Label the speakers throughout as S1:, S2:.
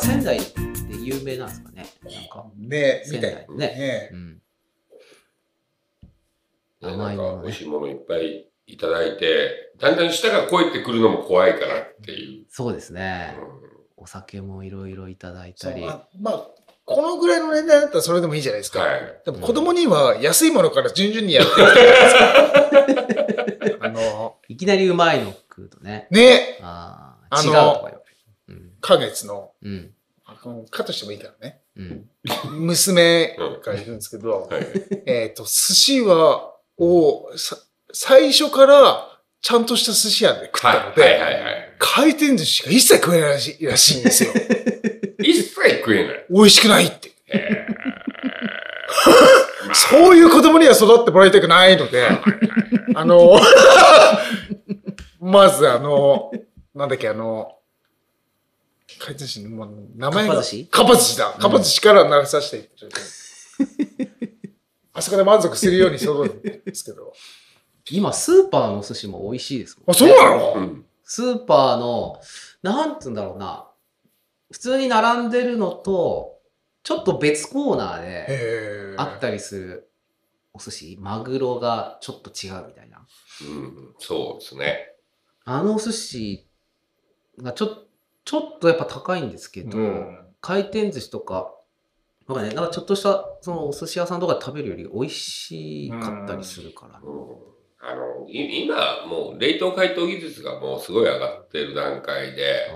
S1: 仙台って有名なんですかねなんか、
S2: ねみ
S1: 仙
S2: た
S1: 台
S2: い
S1: ね
S2: なね。
S1: うん、
S3: でな
S1: 甘い
S3: ん
S1: もの
S3: か
S1: ね
S3: 美味しいものいっぱいいただいて、だんだん舌が肥えてくるのも怖いかなっていう。
S1: そうです
S3: う
S1: ね、
S3: ん
S1: お酒もいろいろいただい
S2: そ
S1: た
S2: う
S1: り
S2: まあまあ、このぐらいの年代だったらそれでもいいじゃないですか。
S3: はい。
S2: でも子供には安いものから順々にやっていきたいじゃないですか。あの、
S1: いきなりうまいの食うとね
S2: ね、
S1: ああ
S2: あ
S1: 違
S2: の
S1: うとか言われる
S2: 花月の、
S1: うんうん
S2: あのカットしてもいいからね。
S1: うん
S2: 娘がいるんですけど、
S3: はい。
S2: えっと、寿司は、を、さ最初からちゃんとした寿司屋で食っ
S3: は
S2: たの
S3: い。はい。
S2: で、
S3: はい。はい
S2: 回転寿司が一切食えないらしいらしいんですよ。
S3: 一切食えない。
S2: 美味しくないって。
S3: え ー
S2: そういう子供には育ってもらいたくないので、あの、 まずあの、なんだっけ、あの、回転寿司のもう名前が。
S1: かっぱ寿司
S2: かっぱ寿司だ。かっぱ寿司から慣れさせていってる。あそこで満足するように育ててるんです けど。
S1: 今スーパーのお寿司も美味しいですもん、ね、
S2: あ、そうなの、
S3: うん
S1: スーパーの、なんつうんだろうな、普通に並んでるのと、ちょっと別コーナーで
S2: へえ。
S1: あったりするお寿司、マグロがちょっと違うみたいな。
S3: うん。そうですね。
S1: あのお寿司がちょちょっとやっぱ高いんですけど、
S2: うん
S1: 回転寿司とか、なんかね、なんかちょっとしたそのお寿司屋さんとかで食べるより美味しかったりするから、
S3: うんあの、い今、もう冷凍解凍技術がもうすごい上がってる段階で、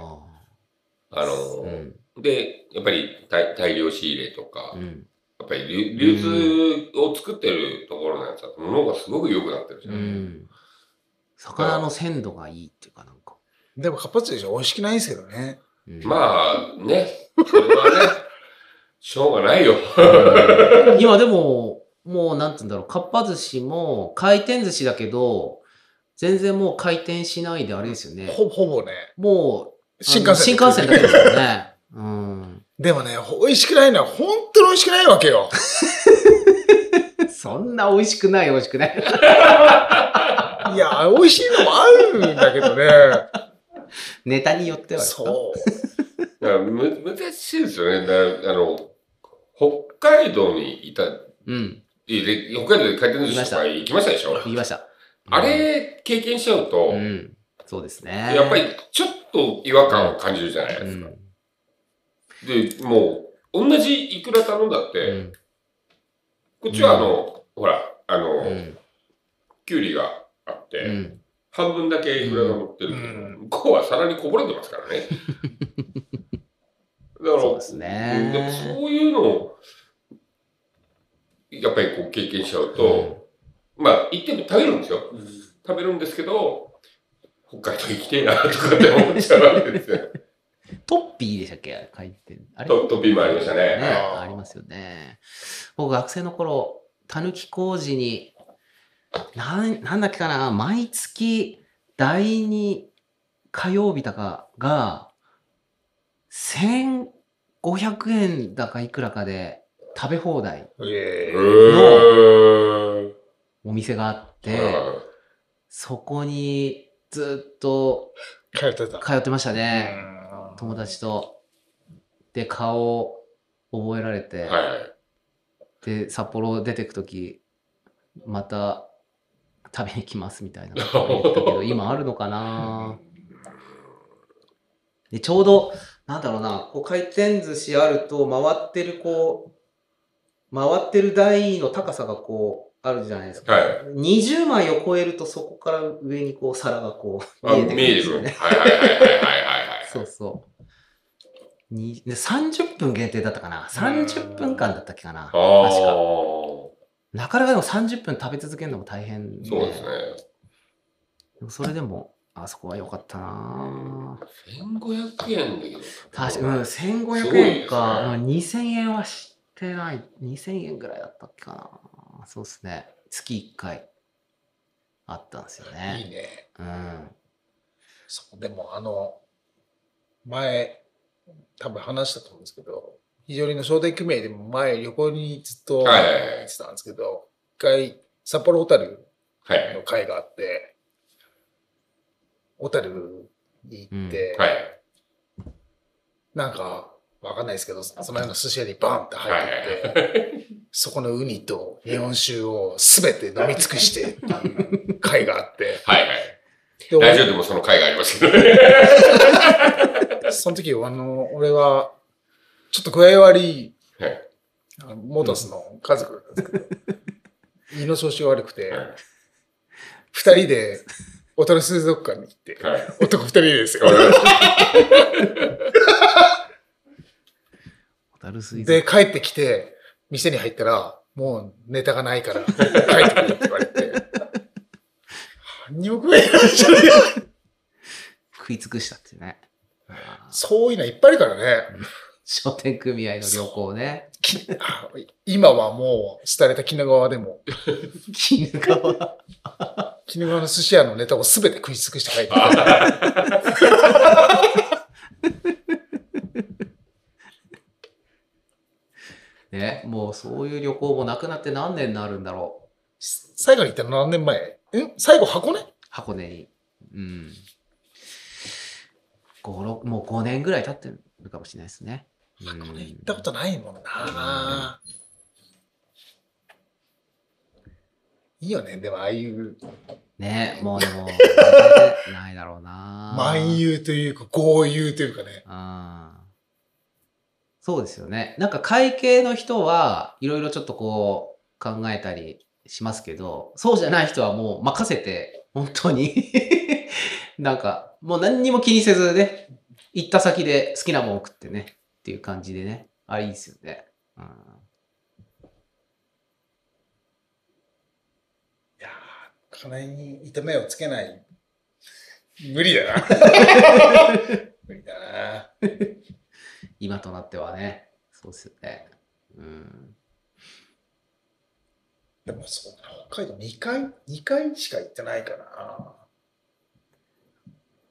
S3: あ
S1: う
S3: の、
S1: ん
S3: で、やっぱり大大量仕入れとか
S1: う、ん
S3: やっぱり流流通を作ってるところのやつだと物がすごく良くなってるじゃ
S1: う
S3: ないですか。
S1: ん、魚の鮮度がいいっていうかなんか、
S2: でも、かっぱ寿司は美味しくないんですけどね。
S1: うん
S3: まあね、それはね、 しょうがないよ。
S1: 今でも、もうなんつうんだろう、かっぱ寿司も回転寿司だけど、全然もう回転しないであれですよね。
S2: ほほぼね。
S1: もう、あの
S2: 新幹線。
S1: 新幹線だけですよね。うん。
S2: でもね、ほ美味しくないのは本当に美味しくないわけよ。
S1: そんな美味しくない美味しくない。
S2: いや、美味しいのもあるんだけどね。
S1: ネタによってはですか。
S2: そう。
S3: だからむ難しいですよね。だあの、北海道にいた、
S1: うん。
S3: いで北海道で回転寿司とか行きましたでしょ
S1: 言いました。
S3: あれ経験しちゃうと、
S1: うん。そうですね。
S3: やっぱりちょっと違和感を感じるじゃないうです
S1: ん、
S3: か。で、もう、同じいくら頼んだって、
S1: うん。
S3: こっちはあの、ほら、あの、
S1: うん。
S3: きゅうりがあって、
S1: うん。
S3: 半分だけ裏が乗ってるけど、
S2: うん
S3: 向こうは皿にこぼれてますか らね。だから
S1: そうです
S3: うんでも
S1: ね。
S3: そういうのを、やっぱりこう経験しちゃうと、まあ、行っても食べるんですよ。食べるんですけど、北海道行きてえなとかって思っちゃうわけですよ。
S1: トッピーでしたっけ回転。 あれ
S3: トトッピーもありましたね。
S1: ね、
S2: あー
S1: ありますよね。僕、学生の頃、たぬき工事に、なん、なんだっけかな、毎月、第2火曜日だかが、1500円だかいくらかで食べ放題
S2: ええ
S3: へー
S1: お店があって、
S3: は
S1: そこにずっと
S2: 通ってた。
S1: 通ってましたね。
S2: う
S1: 友達と。で、顔覚えられて、
S3: いはい。
S1: で、札幌出てくとき、また食べに来ますみたいな こと言ったけど、今あるのかなで、ちょうど、なんだろうな、こう回転寿司あると、回ってるこう、回ってる台の高さがこう、あるじゃないですか。
S3: はい。
S1: 20枚を超えると、そこから上にこう、皿がこう、
S3: あ
S1: 見え
S3: 見
S1: てくるん
S3: え
S1: で
S3: て
S1: す
S3: く
S1: よ ね。
S3: る。はいはいはいはいはいはい。
S1: そうそう。にで30分限定だったかな ?30 分間だったっけかな
S3: ああ。
S1: 確か。
S3: そ
S1: なかなかでも30分食べ続けるのも大変
S3: う
S1: で
S3: ですね。
S1: でもそれでも、あそこは良かったなぁ
S3: 1500円だけど。
S1: 確か、うん、
S3: す
S1: 1500
S3: ごいです
S1: 円
S3: ね
S1: か。うん2000円はしてない。2000円ぐらいだったっけかなそうですね。月1回あったんですよ
S2: んい
S1: ね。
S2: いね。
S1: うん。
S2: そう、でもあの、前、多分話したと思うんですけど、非常にの商店組合でも前旅行にずっと行
S3: はいはいはい
S2: ってたんですけど、一回札幌小樽
S3: はい。
S2: の会があって、小樽に行って、
S3: はい。
S2: なんか、わかんないですけど、その辺の寿司屋にバンって入ってって、 そこのウニと日本酒をすべて飲み尽くして っていう会があって、
S3: はいはい。
S2: で
S3: ラジオ
S2: 俺
S3: でもその回がありますけどね。
S2: その時、あの、俺は、ちょっと具合悪い
S3: はい、
S2: あのモータスの家族なんですけど、 胃の調子が悪くて
S3: は、
S2: 二人で、小樽水族館に行って、
S3: いはい。
S2: 男二人で すよ。
S1: ホタル水族
S2: で、帰ってきて、店に入ったら、もうネタがないから、帰ってくれって言われて。何にも食えないじゃん
S1: 食い尽くしたってね。あー
S2: そういうのいっぱいあるからね。
S1: 商店組合の旅行 ね。
S2: きあ今はもう、廃れた鬼怒川でも、
S1: 鬼怒川。
S2: 鬼怒川の寿司屋のネタを全て食い尽くして帰ってきた。
S3: あ
S1: ね、もうそういう旅行もなくなって何年になるんだろう。
S2: 最後に行ったの何年前ん最後箱根
S1: 箱根に。うん。五六もう5年ぐらい経ってるかもしれないですね。
S2: 箱根行ったことないもんな。いいよね、でもああいう、
S1: ねもうでも、ねないだろう な。
S2: 万有というか、豪遊というかね。
S1: あーそうですよね。なんか会計の人はいろいろちょっとこう考えたりしますけど、そうじゃない人はもう任せて、本当に。 なんか、もう何にも気にせずね、行った先で好きなもん食ってね、っていう感じでね。あ、いいですよね。うん、
S2: いやー、金に痛めをつけない。無 理だな。無理だな。
S1: 今となってはね。そうですよね。うん。
S2: でもそうだな、北海道2回、二回しか行ってないかな。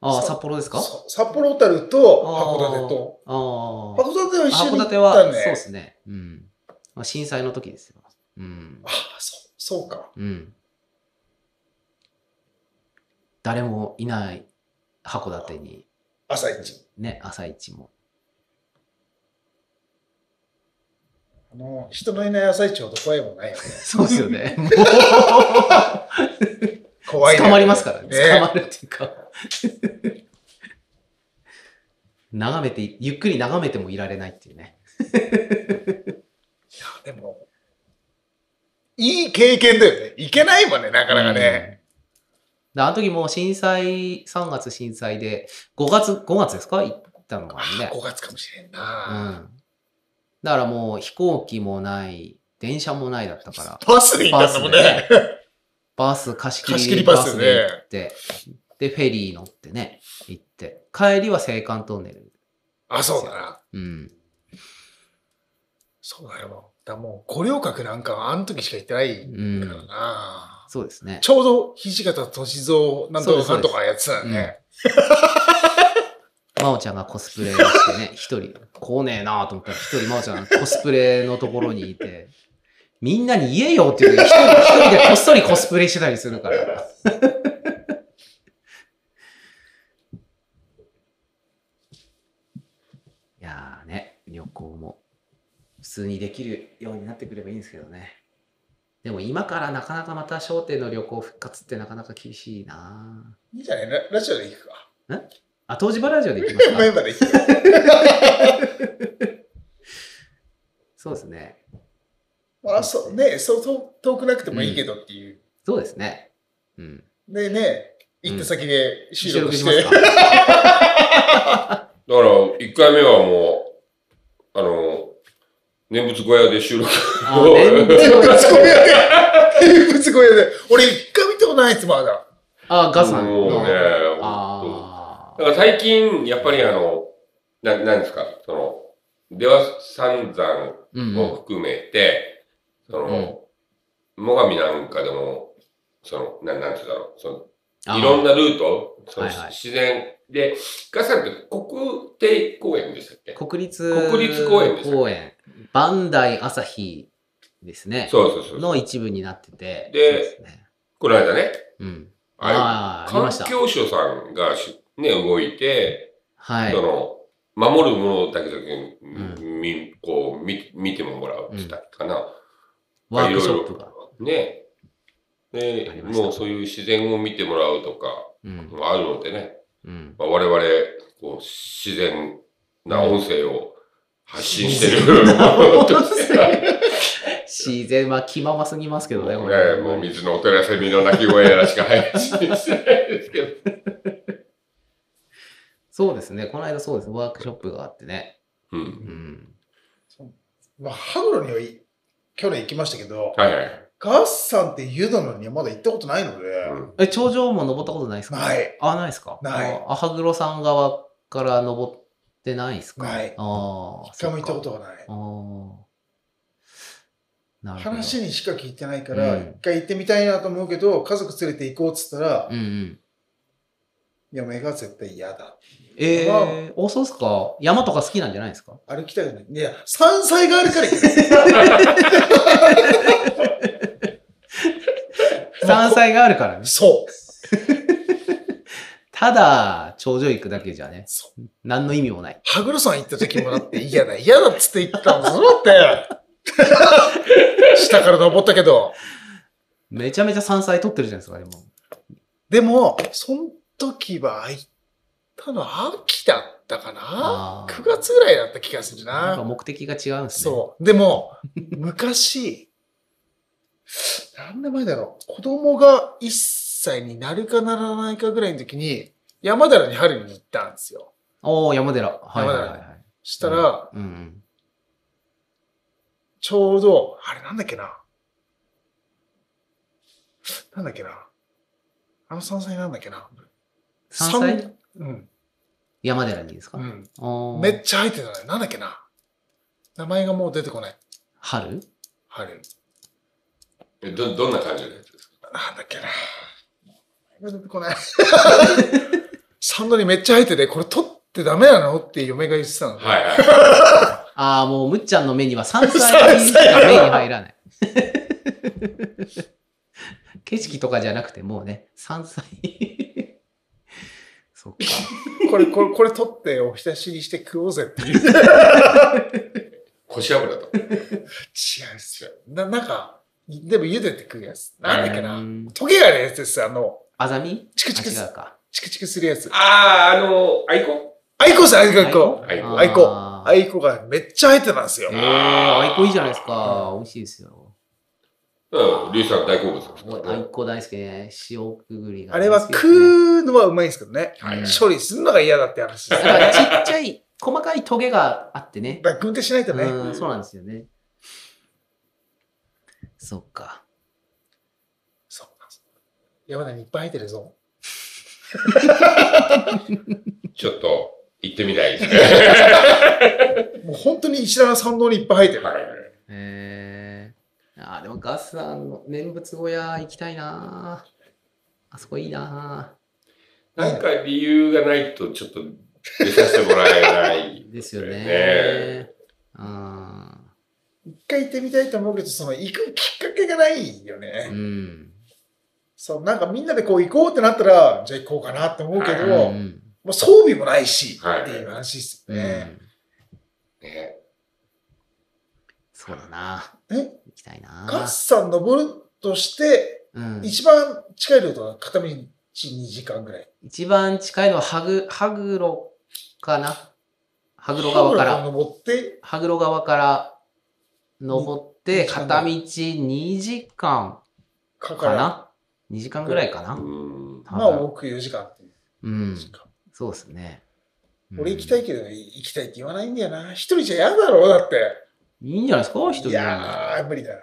S1: ああ、
S2: そう
S1: 札幌ですか
S2: そ札幌小樽と函館と。
S1: あー
S2: 函館は一緒
S1: 函
S2: に行っ
S1: 館は、そ
S2: た
S1: う
S2: ね。
S1: ですね。うん。まあ、震災の時ですよ。うん
S2: あ。あ、そう、そうか。
S1: うん。誰もいない函館に、
S2: 朝一。
S1: ね、朝一も。
S2: あの、人のいない朝一ほど怖いもんないよね。
S1: そうですよね。もう、
S2: 怖い、ね。
S1: 捕まりますからね。
S2: ね
S1: 捕まるっていうか。 眺めて、ゆっくり眺めてもいられないっていうね。
S2: でも、いい経験だよね。行けないもんね、なかなかね。
S1: であの時もう震災、3月震災で、5月、5月ですか行ったのが
S2: あ
S1: ね
S2: あ、。5月かもしれん
S1: う
S2: な。
S1: ん。だからもう飛行機もない、電車もないだったから。
S2: バスで行ったんだもんね。
S1: バスバス貸し切り
S2: 貸し切りバ
S1: バ
S2: スね
S1: スで行って、で、フェリー乗ってね、行って、帰りは青函トンネル。
S2: あ、そうだな。
S1: うん。
S2: そうだよ。だからもう、五稜郭なんかはあの時しか行ってないからな。
S1: そうですね。
S2: ちょうど、土方歳三なんとかかんとかやってたよ
S1: そうで
S2: ね。
S1: 真央ちゃんがコスプレをしてね、 一人、来ねえなと思ったら、一人真央ちゃんがコスプレのところにいて、 みんなに言えよっていうのに一人、一人でこっそりコスプレしてたりするから。 いやーね、旅行も普通にできるようになってくればいいんですけどね。でも今からなかなかまた商店の旅行復活ってなかなか厳しいない
S2: いじゃないララジオで行くか。
S1: あ、東芝ラジオで行き ますか
S2: メンバーで行くか。
S1: そうですね。
S2: まあ、そう、ね、そう、そう遠くなくてもいいけどっていう。
S1: そうですね。うん。
S2: でね、行った先で収録して。
S1: 収録 しますか。
S3: だから、1回目はもう、あの、念仏小屋で収録。
S1: あ念仏
S2: 天物 小屋で。天物小屋で。 俺一回見たことないやつまだ。
S1: あ、ガさん。
S3: もうね、本
S1: あ
S3: 当だから最近、やっぱりあの、な、なんですか、その、出羽三山
S1: ーうん
S3: を含めて、その、最上なんかでも、その、ななんて言うんだろう、その、
S1: あー
S3: いろんなルート、その
S1: はいはい
S3: 自然で、ガサンって国定公園でしたっけ
S1: 国立
S3: 国立公園ですね
S1: 公園。磐梯朝日ですね。
S3: そうそうそう。
S1: の一部になってて。
S3: で
S1: そうすね、
S3: この間ね、
S1: うん。
S3: あれ
S1: あーあり
S3: 環
S1: ました。
S3: 境省さんがしね、動いて、
S1: はい
S3: そ。の、守るものだけだけ、
S1: う
S3: みこう見見てももらうってたりかな、
S1: ワークショップが。
S3: ね
S1: あ
S3: で
S1: りました
S3: もうそういう自然を見てもらうとか
S1: うん。
S3: もあるのでね、
S1: うん。
S3: まあ、我々こう自然な音声を発信してる、
S1: 自然は気まますぎますけどね、これ
S3: ね、もう水のお寺セミの鳴き声やらしか配信してないですけど。
S1: そうですね、この間そうです、ワークショップがあってね。
S3: うん。
S1: うん。
S2: まあ、ハドロにはい去年行きましたけど、
S3: はいはい。
S2: ガッサンって湯殿にはまだ行ったことないので、
S3: うん
S1: え、頂上も登ったことないですか
S2: ない。
S1: あ、ないですか
S2: ない
S1: あ、羽黒山側から登ってないですか
S2: ない
S1: ああ。
S2: 一回も行ったこと
S1: は
S2: がない。
S1: ああ。なるほど。
S2: 話にしか聞いてないから、
S1: うん
S2: 一回行ってみたいなと思うけど、家族連れて行こうっつったら、
S1: うんうん。
S2: いや、目が絶対嫌だ。
S1: え
S2: まあ
S1: えー、お、そうっすか山とか好きなんじゃないですか
S2: 歩きたくない。いや、山菜があるから行く。
S1: 山菜があるからね。
S2: そう。
S1: ただ、頂上行くだけじゃね、
S2: そ
S1: 何の意味もない。
S2: 羽黒山行った時もだって嫌だ、嫌だっつって言ったの、そろって。 下から登ったけど。
S1: めちゃめちゃ山菜取ってるじゃないですか、でも。
S2: でも、その時は行ったの秋だったかな
S1: あー
S2: ?9 月ぐらいだった気がする
S1: なんか
S2: な。
S1: 目的が違うんですね。
S2: そう。でも、昔、何年前だろう。子供が1歳になるかならないかぐらいの時に、山寺に春に行ったんですよ。
S1: おお山寺。はいはいはいは
S2: 山
S1: い。
S2: したら、
S1: うんうん。
S2: ちょうど、あれなんだっけな。なんだっけな。あの山菜なんだっけな。
S1: 山菜
S2: 山うん。
S1: 山寺にですか、
S2: う
S1: お
S2: ん。
S1: ー
S2: めっちゃ入ってたね。なんだっけな。名前がもう出てこない。
S1: 春
S2: 春。
S3: えど、どんな感じのやつですか
S2: なんだっけな。名前が出てこない。 サンドにめっちゃ入ってて、これ取ってダメなのって嫁が言ってたの。
S3: はいは
S1: ああ、もうむっちゃんの目には山菜しか目に入らない。 景色とかじゃなくてもうね、山菜。そっか。
S2: これ、これ、これ取っておひたしにして食おうぜっていう。違
S3: い。腰油と。
S2: うんですよ。な、なんか、でも茹でて食うやつ。なんだっけ
S1: う
S2: な。
S1: ん
S2: トゲがあるやつです、あの。
S1: アザミ
S2: チクチク
S1: あ違うか。
S2: チクチクするやつ。
S3: ああ、あの、アイコン
S2: アイコです、アイコ、アイコ。
S3: アイコ
S2: アイコ
S1: あー
S2: アイコがめっちゃ入ってたんですよ
S1: え。ー、アイコいいじゃないですか。美味しいですよ。
S3: うん、リュウさん大好物ですか
S1: もう
S3: ら
S1: アイ
S3: ね。
S1: コ大好きね。塩くぐりが、
S2: あれは
S1: う。
S2: 食うのはうまいんですけどね。
S3: はい
S2: 処理するのが嫌だって話で
S1: だ
S2: す。
S1: からち
S2: だ
S1: っちゃい、細かいトゲがあってね。
S2: から軍手しないとね。
S1: うん、そうなんですよね。そっか。
S2: そうなんです。山田にいっぱい入ってるぞ。
S3: ちょっと、行ってみたいですね。
S2: もう本当に石田の参道にいっぱい入ってる。
S3: はい
S1: えー、あーでもガスさんの念仏小屋行きたいなーあそこいいな
S3: なんか理由がないと、ちょっと出させてもらえない。
S1: ーですよね
S3: ね
S1: ー。あ
S2: 一回行ってみたいと思うけど、その行くきっかけがないよ
S1: ーう
S2: ね。
S1: ん。
S2: そう、なんかみんなでこう行こうってなったら、じゃあ行こうかなって思うけど、
S3: うん
S1: う
S2: も
S1: ん。
S2: う装備もないし、
S3: はい
S2: っていう話です
S1: う
S2: よ
S1: ん。
S2: ね。
S3: ね
S1: そうだな
S2: え、
S1: 行きたい
S2: ガッ
S1: なー
S2: サン登るとして、
S1: うん。
S2: 一番近いルートは片道2時間ぐらい。
S1: 一番近いのはハグ、ハグロかなハグロ側か
S2: ハ
S1: ら
S2: グ。ロ登って、
S1: 羽黒川から登って
S2: に
S1: 片道2時間
S2: かか。
S1: からな2時間ぐらいかな
S3: うん。
S1: 多
S2: まあ、
S1: 分
S2: 往復4時間っていう
S1: うん
S2: 時間
S1: そうですね
S2: 俺行きた
S1: い
S2: いけど、い行きたいって言わないんだよな。一人じゃ嫌だろ、だって。
S1: いいんじゃないですか一人
S2: い
S1: で
S2: やー、無理だな。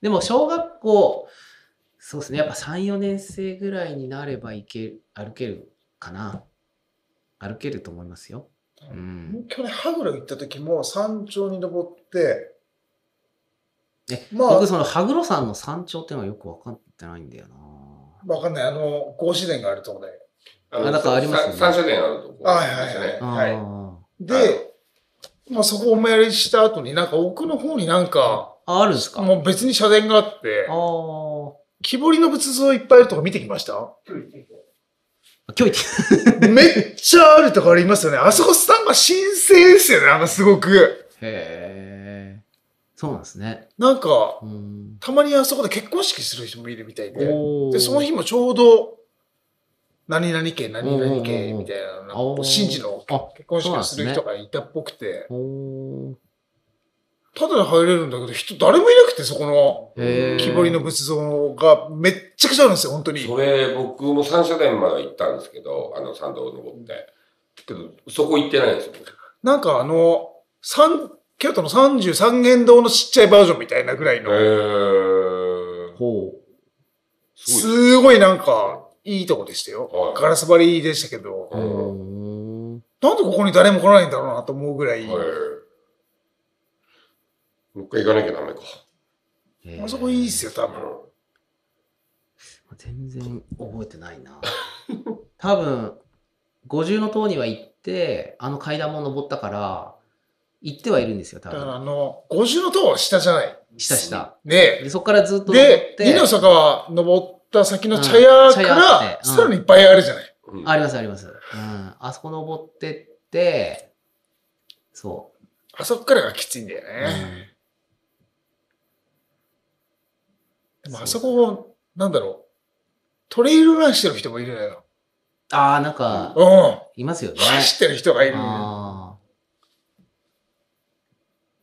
S1: でも小学校そうですねやっぱ34年生ぐらいになれば行ける歩けるかな歩けると思いますようん
S2: 去年、ハグロ行った時も山頂に登って、
S1: え
S2: まあ
S1: 僕、その羽黒山の山頂っていうのはよく分かってないんだよな
S2: わかんない。あの、合自殿があるとこで。
S3: あ
S1: あなんかありますよね
S3: さ三車線あるとこ。
S2: はいはいはい
S3: ですね
S2: はい
S1: あ
S2: で、まあ、そこをお参りした後に、なんか奥の方になんか、
S1: ーああるんですかあ
S2: もう別に社殿があって
S1: あ、ー
S2: 木彫りの仏像いっぱいあるとこ見てきました
S1: 今日行っ
S2: めっちゃあるとこありますよね。あそこスタンバ神聖ですよね、なんかすごく。
S1: て。へえ。そうなんですね。
S2: なんか、
S1: うん。
S2: たまにあそこで結婚式する人もいるみたいで。
S1: おー
S2: で、その日もちょうど、何々家、何々家みたいな、なんかこ
S1: おー
S2: う神事の
S1: あ、
S2: 結婚式をする人がいたっぽくて、
S1: おー
S2: ただで入れるんだけど、人誰もいなくて、そこの
S1: へー
S2: 木彫りの仏像がめっちゃくちゃあるんですよ、本当に。
S3: それ、僕も三社殿まで行ったんですけど、あの参道を登って。けど、そこ行ってないんですよ。
S2: なんかあの、三、京都の33元堂のちっちゃいバージョンみたいなぐらいの、
S3: へー。
S1: ほう。
S3: すごい。
S2: すごいなんか、いいとこでしたよ。
S3: はい
S2: ガラス張りでしたけど、
S3: うん
S1: うん
S2: なんでここに誰も来ないんだろうなと思うぐら
S3: は
S2: い、
S3: いもう一回行かなきゃダメか。
S1: へー
S2: あそこいいっすよ、多
S3: う
S2: 分。
S1: 全然覚えてないな。 多分、五重の塔には行って、あの階段も登ったから、行ってはいるんですよ、多
S2: だから
S1: 分。
S2: あの、五重の塔は下じゃない。
S1: 下下。
S2: ね
S1: で、そこからずっと登っ
S2: で、
S1: て。
S2: 二の坂は登った先の茶屋か
S1: うん茶屋っ
S2: ら、
S1: てうん
S2: さらにいっぱいあるじゃない。
S3: ん
S1: ありますあります。うん。あそこ登ってって、そ
S2: あそこからがきついんだよ
S1: う。
S2: ね。
S1: うん
S2: でもあそこを、なんだろう。トレイルランしてる人もいるのよ。
S1: ああ、なんか、
S2: う
S1: いますよね
S2: ん。。走ってる人がいる。
S1: ああ。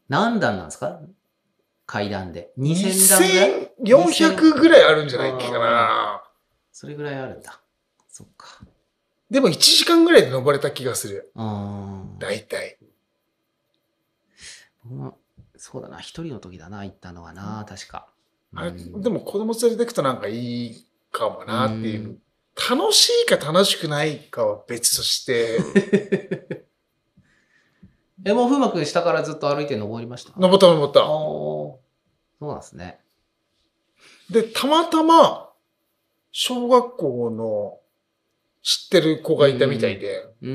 S1: 何段なんですか階段で。2000段ぐらい
S2: 2400ぐらいあるんじゃないっけかな。
S1: それぐらいあるんだ。そっか。
S2: でも1時間ぐらいで登れた気がする。
S1: うん。
S2: 大体。
S1: 僕もそうだな。一人の時だな、行ったのはな、確か。
S2: あれ
S1: うん。
S2: でも子供連れてくとなんかいいかもなっていううん楽しいか楽しくないかは別として、
S1: え、もう風磨くん下からずっと歩いて登りましたあ
S2: 登った登った。
S1: あ。そうなんですね。
S2: で、たまたま、小学校の知ってる子がいたみたいで、
S1: うー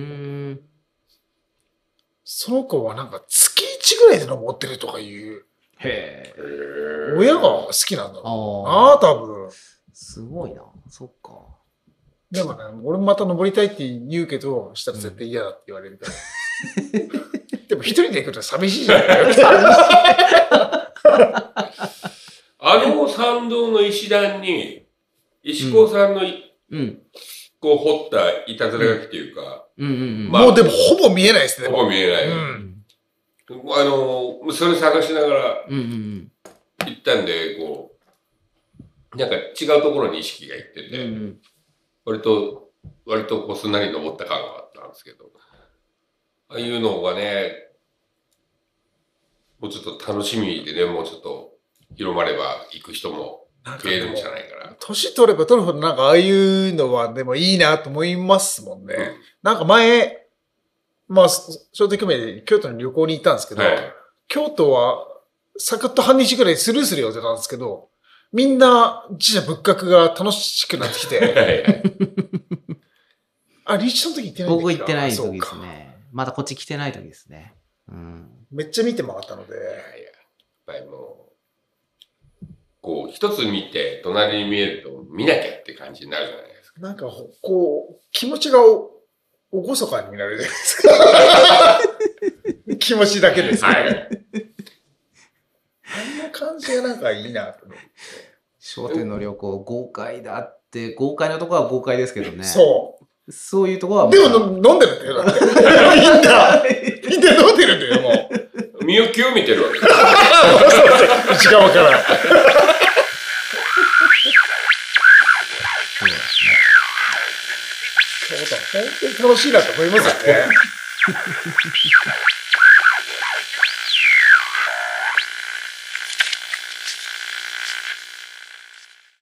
S1: ん。
S2: その子はなんか月1ぐらいで登ってるとかいう、
S1: へえ。
S3: へー
S2: 親が好きなんだろうな、
S1: ああ。
S2: 多分。
S1: すごいな。そっか。
S2: でもね、俺もまた登りたいって言うけど、したら絶対嫌だって言われるから。でも一人で行くと寂しいじゃない
S3: あの参道の石段に、石子さんのい
S1: うん。
S3: こう掘ったいたずら書きというか、
S1: うんうんうん。
S3: まあ
S2: もうでもほぼ見えないですね。
S3: ほぼ見えな
S2: う。
S3: い。
S1: うんん
S3: あの、それ探しながら
S1: うんうん
S3: 行ったんで、こう、なんか違うところに意識がいって
S1: うん。う
S3: て、
S1: んうん
S3: 割と、割とこうすんなり登った感があったんですけど、ああいうのがね、もうちょっと楽しみでね、もうちょっと広まれば行く人も
S2: なんか
S3: 増えるんじゃないいかな。
S2: 年取れば取るほどなんかああいうのはでもいいなと思いますもんね。
S3: うん
S2: なんか前、まあ、正直名で京都に旅行に行ったんですけど、
S3: はい
S2: 京都はサクッと半日ぐらいスルーする予定なんですけど、みんな寺社仏閣が楽しくなって きて、
S3: はいはい。
S2: あ、リーチの時行ってないんだ
S1: 僕行ってない
S2: そう
S1: 時で
S2: か
S1: すね。まだこっち来てない時ですね。うん。
S2: めっちゃ見て回ったので、
S3: いやいや、やっぱりもう、こう、一つ見て、隣に見えると、見なきゃって感じになるじゃないですか。
S2: なんかほこう、気持ちがお、おごそかになるじゃないです か。気持ちだけです、ね。
S3: はい。
S2: あの感じがなんかいいなと思って
S1: 商店の旅行、豪快だって、豪快なとこは豪快ですけどね。。
S2: そう
S1: そういうとこは
S2: う。
S1: う
S2: で も飲飲んでるんだよ、 だって。みんな、みんな飲んでるんだよ、もう。
S3: 身を清めてるわけです。
S2: 内側から。
S1: そうですね
S2: そうだ、本当に楽しいなと思いますよね。